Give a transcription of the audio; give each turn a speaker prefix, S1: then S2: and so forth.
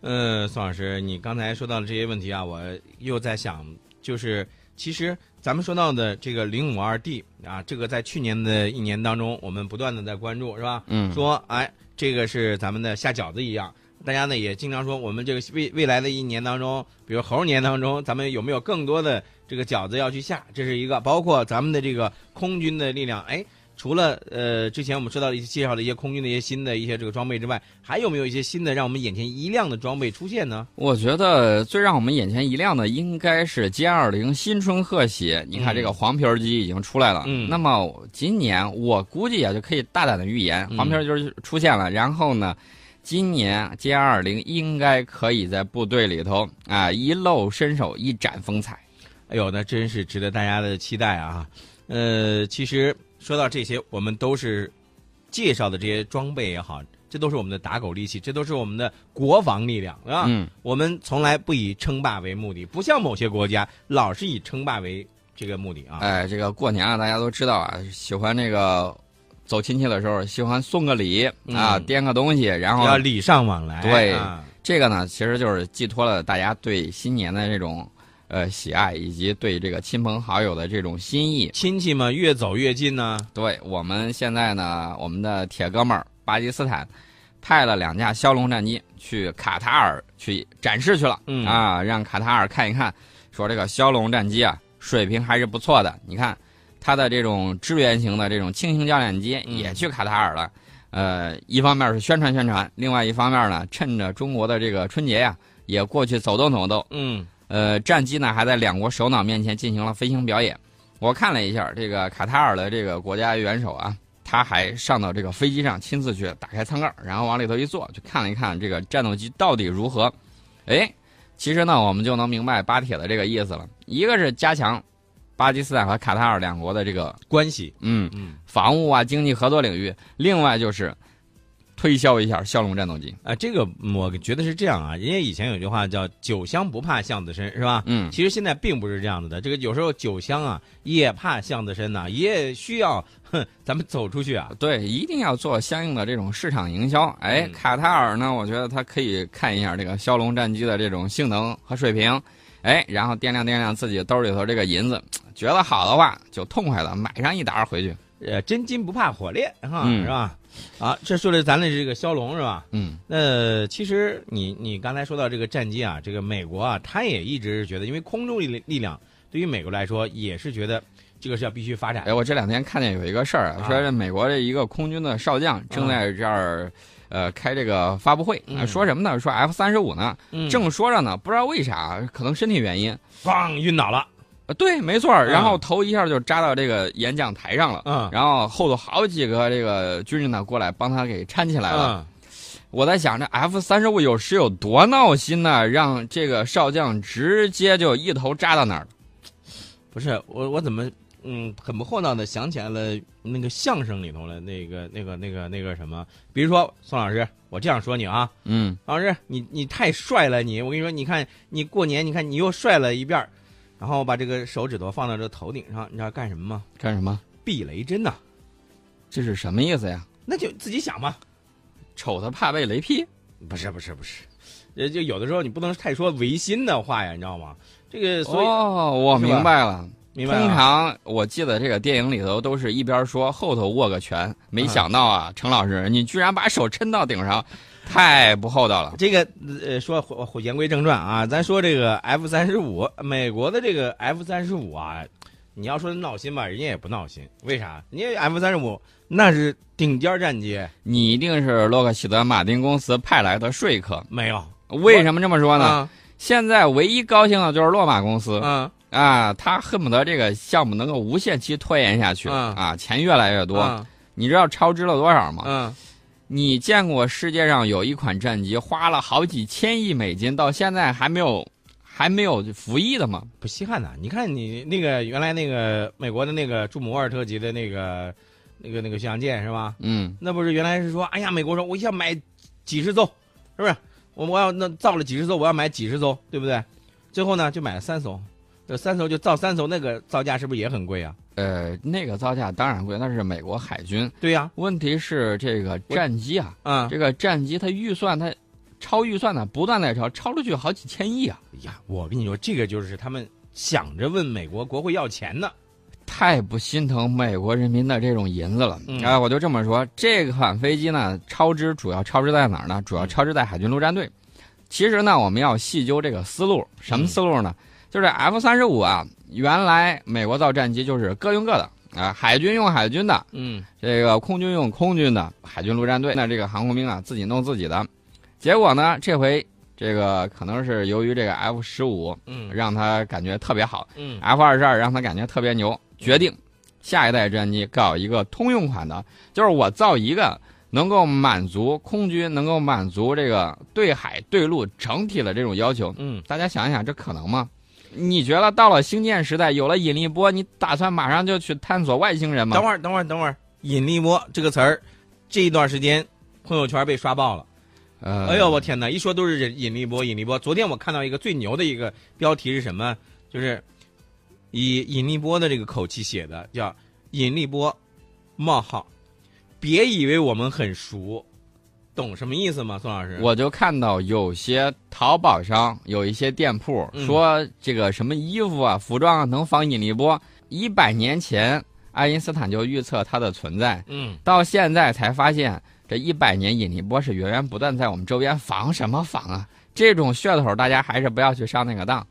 S1: 呃，宋老师，你刚才说到的这些问题啊，我又在想，就是其实咱们说到的这个零五二 D 啊，这个在去年的一年当中，我们不断的在关注，是吧？
S2: 嗯
S1: 说哎，这个是咱们的下饺子一样，大家呢也经常说，我们这个未未来的一年当中，比如猴年当中，咱们有没有更多的这个饺子要去下？这是一个，包括咱们的这个空军的力量，哎。除了呃，之前我们说到的一些介绍的一些空军的一些新的一些这个装备之外，还有没有一些新的让我们眼前一亮的装备出现呢？
S2: 我觉得最让我们眼前一亮的应该是歼二零新春贺喜。你
S1: 嗯
S2: 看这个黄皮儿机已经出来了，
S1: 嗯
S2: 那么今年我估计也啊就可以大胆的预言，
S1: 嗯
S2: 黄皮儿就是出现了。然后呢，今年歼二零应该可以在部队里头啊一露身手，一展风采。
S1: 哎呦，那真是值得大家的期待啊！呃，其实说到这些，我们都是介绍的这些装备也好，这都是我们的打狗利器，这都是我们的国防力量，啊。
S2: 嗯，
S1: 我们从来不以称霸为目的，不像某些国家老是以称霸为这个目的啊。
S2: 哎，这个过年啊，大家都知道啊，喜欢这个走亲戚的时候喜欢送个礼啊，
S1: 嗯
S2: 掂个东西，然后
S1: 要礼尚往来，
S2: 对
S1: 啊
S2: 这个呢，其实就是寄托了大家对新年的这种呃喜爱，以及对这个亲朋好友的这种心意。
S1: 亲戚嘛，越走越近呢、
S2: 对我们现在呢，我们的铁哥们儿巴基斯坦派了两架枭龙战机去卡塔尔去展示去了，
S1: 嗯
S2: 啊，让卡塔尔看一看，说这个枭龙战机啊水平还是不错的。你看它的这种支援型的这种轻型教练机
S1: 嗯
S2: 也去卡塔尔了。呃，一方面是宣传宣传，另外一方面呢，趁着中国的这个春节呀、也过去走动走动，
S1: 嗯
S2: 呃，战机呢还在两国首脑面前进行了飞行表演。我看了一下，这个卡塔尔的这个国家元首啊，他还上到这个飞机上亲自去打开舱盖儿，然后往里头一坐，去看了一看这个战斗机到底如何。哎，其实呢，我们就能明白巴铁的这个意思了。一个是加强巴基斯坦和卡塔尔两国的这个
S1: 关系，
S2: 嗯
S1: 嗯
S2: 防务啊经济合作领域，另外就是推销一下枭龙战斗机。
S1: 啊，这个嗯我觉得是这样啊，人家以前有句话叫“酒香不怕巷子深”，是吧？
S2: 嗯，
S1: 其实现在并不是这样子的，这个有时候酒香啊也怕巷子深呐、也需要哼咱们走出去啊。
S2: 对，一定要做相应的这种市场营销。哎，
S1: 嗯
S2: 卡塔尔呢，我觉得它可以看一下这个骁龙战机的这种性能和水平，哎，然后掂量掂量自己兜里头这个银子，觉得好的话就痛快了，买上一打回去。
S1: 呃，真金不怕火炼哈，
S2: 嗯
S1: 是吧？啊，这说的咱的这个骁龙是吧？
S2: 嗯
S1: 那其实你你刚才说到这个战机啊，这个美国啊，他也一直是觉得，因为空中力力量对于美国来说也是觉得这个是要必须发展
S2: 哎，。我这两天看见有一个事儿
S1: 啊
S2: 啊，说这美国这一个空军的少将正在这儿。呃，开这个发布会，啊
S1: 嗯
S2: 说什么呢？说 F 三十五呢，
S1: 嗯
S2: 正说着呢，不知道为啥，可能身体原因，
S1: 咣晕倒了，
S2: 呃对，没错儿，
S1: 嗯
S2: 然后头一下就扎到这个演讲台上了，
S1: 嗯，
S2: 然后后头好几个这个军人呢过来帮他给搀起来了。
S1: 嗯
S2: 我在想，这 F 三十五有时有多闹心呢，让这个少将直接就一头扎到那儿了。
S1: 不是我，我怎么嗯很不厚道的想起来了那个相声里头了，那个那个那个那个什么，比如说宋老师，我这样说你啊，
S2: 嗯，
S1: 老师你你太帅了你，我跟你说，你看你过年你看你又帅了一遍儿，然后把这个手指头放到这头顶上，你知道干什么吗？
S2: 干什么？
S1: 避雷针呐、
S2: 这是什么意思呀？
S1: 那就自己想吧。
S2: 瞅他怕被雷劈？
S1: 不是不是不是，呃，就有的时候你不能太说违心的话呀，你知道吗？这个所以、
S2: 哦，我
S1: 是吧
S2: 明白了。
S1: 明白
S2: 通
S1: 了吧。
S2: 常我记得这个电影里头都是一边说后头握个拳，没想到啊，程老师你居然把手抻到顶上，太不厚道了。
S1: 这个呃，说回回言归正传啊，咱说这个 F 三十五，美国的这个 F 三十五啊，你要说闹心吧，人家也不闹心，为啥？人家 F 三十五那是顶尖战机，
S2: 你一定是洛克希德马丁公司派来的说客。
S1: 没有
S2: 为什么这么说呢？
S1: 啊
S2: 现在唯一高兴的就是洛马公司
S1: 啊
S2: 啊，他恨不得这个项目能够无限期拖延下去
S1: 嗯
S2: 啊，钱越来越多。
S1: 啊
S2: 你知道超支了多少吗？
S1: 嗯，
S2: 你见过世界上有一款战机花了好几千亿美金，到现在还没有还没有服役的吗？
S1: 不稀罕呐。你看你那个原来那个美国的那个驻摩尔特级的那个那个那个巡洋舰是吧？
S2: 嗯，
S1: 那不是原来是说，哎呀，美国说我要买几十艘，是不是？我我要那造了几十艘，我要买几十艘，对不对？最后呢，就买了三艘，这三艘就造三艘，那个造价是不是也很贵啊？
S2: 呃，那个造价当然贵，那是美国海军。
S1: 对呀、
S2: 问题是这个战机啊，
S1: 啊，
S2: 这个战机它预算它超预算呢，不断在超，超出去好几千亿啊，
S1: 哎呀，我跟你说，这个就是他们想着问美国国会要钱呢。
S2: 太不心疼美国人民的这种银子了。
S1: 嗯
S2: 啊，我就这么说，这款飞机呢，超支主要超支在哪儿呢？
S1: 嗯
S2: 主要超支在海军陆战队。其实呢，我们要细究这个思路，什么思路呢？
S1: 嗯
S2: 就是 F 三十五啊，原来美国造战机就是各用各的啊，海军用海军的，
S1: 嗯
S2: 这个空军用空军的，海军陆战队那这个航空兵啊自己弄自己的，结果呢这回这个可能是由于这个 F 十五
S1: 嗯
S2: 让他感觉特别好
S1: 嗯
S2: ，F 二十二让他感觉特别牛，决定下一代战机搞一个通用款的，就是我造一个能够满足空军、能够满足这个对海对陆整体的这种要求，
S1: 嗯，
S2: 大家想一想，这可能吗？你觉得到了星舰时代，有了引力波，你打算马上就去探索外星人吗
S1: 等？会儿，等会儿，等会儿，引力波这个词儿，这一段时间朋友圈被刷爆了。
S2: 呃，
S1: 哎呦，我天哪！一说都是引引力波，引力波。昨天我看到一个最牛的一个标题是什么？就是以引力波的这个口气写的，叫“引力波：冒号”。别以为我们很熟，懂什么意思吗？宋老师，
S2: 我就看到有些淘宝上有一些店铺
S1: 嗯
S2: 说这个什么衣服啊、服装啊能防引力波。一百年前，爱因斯坦就预测它的存在，
S1: 嗯，
S2: 到现在才发现这一百年引力波是源源不断在我们周边，防什么防啊？这种噱头大家还是不要去上那个当。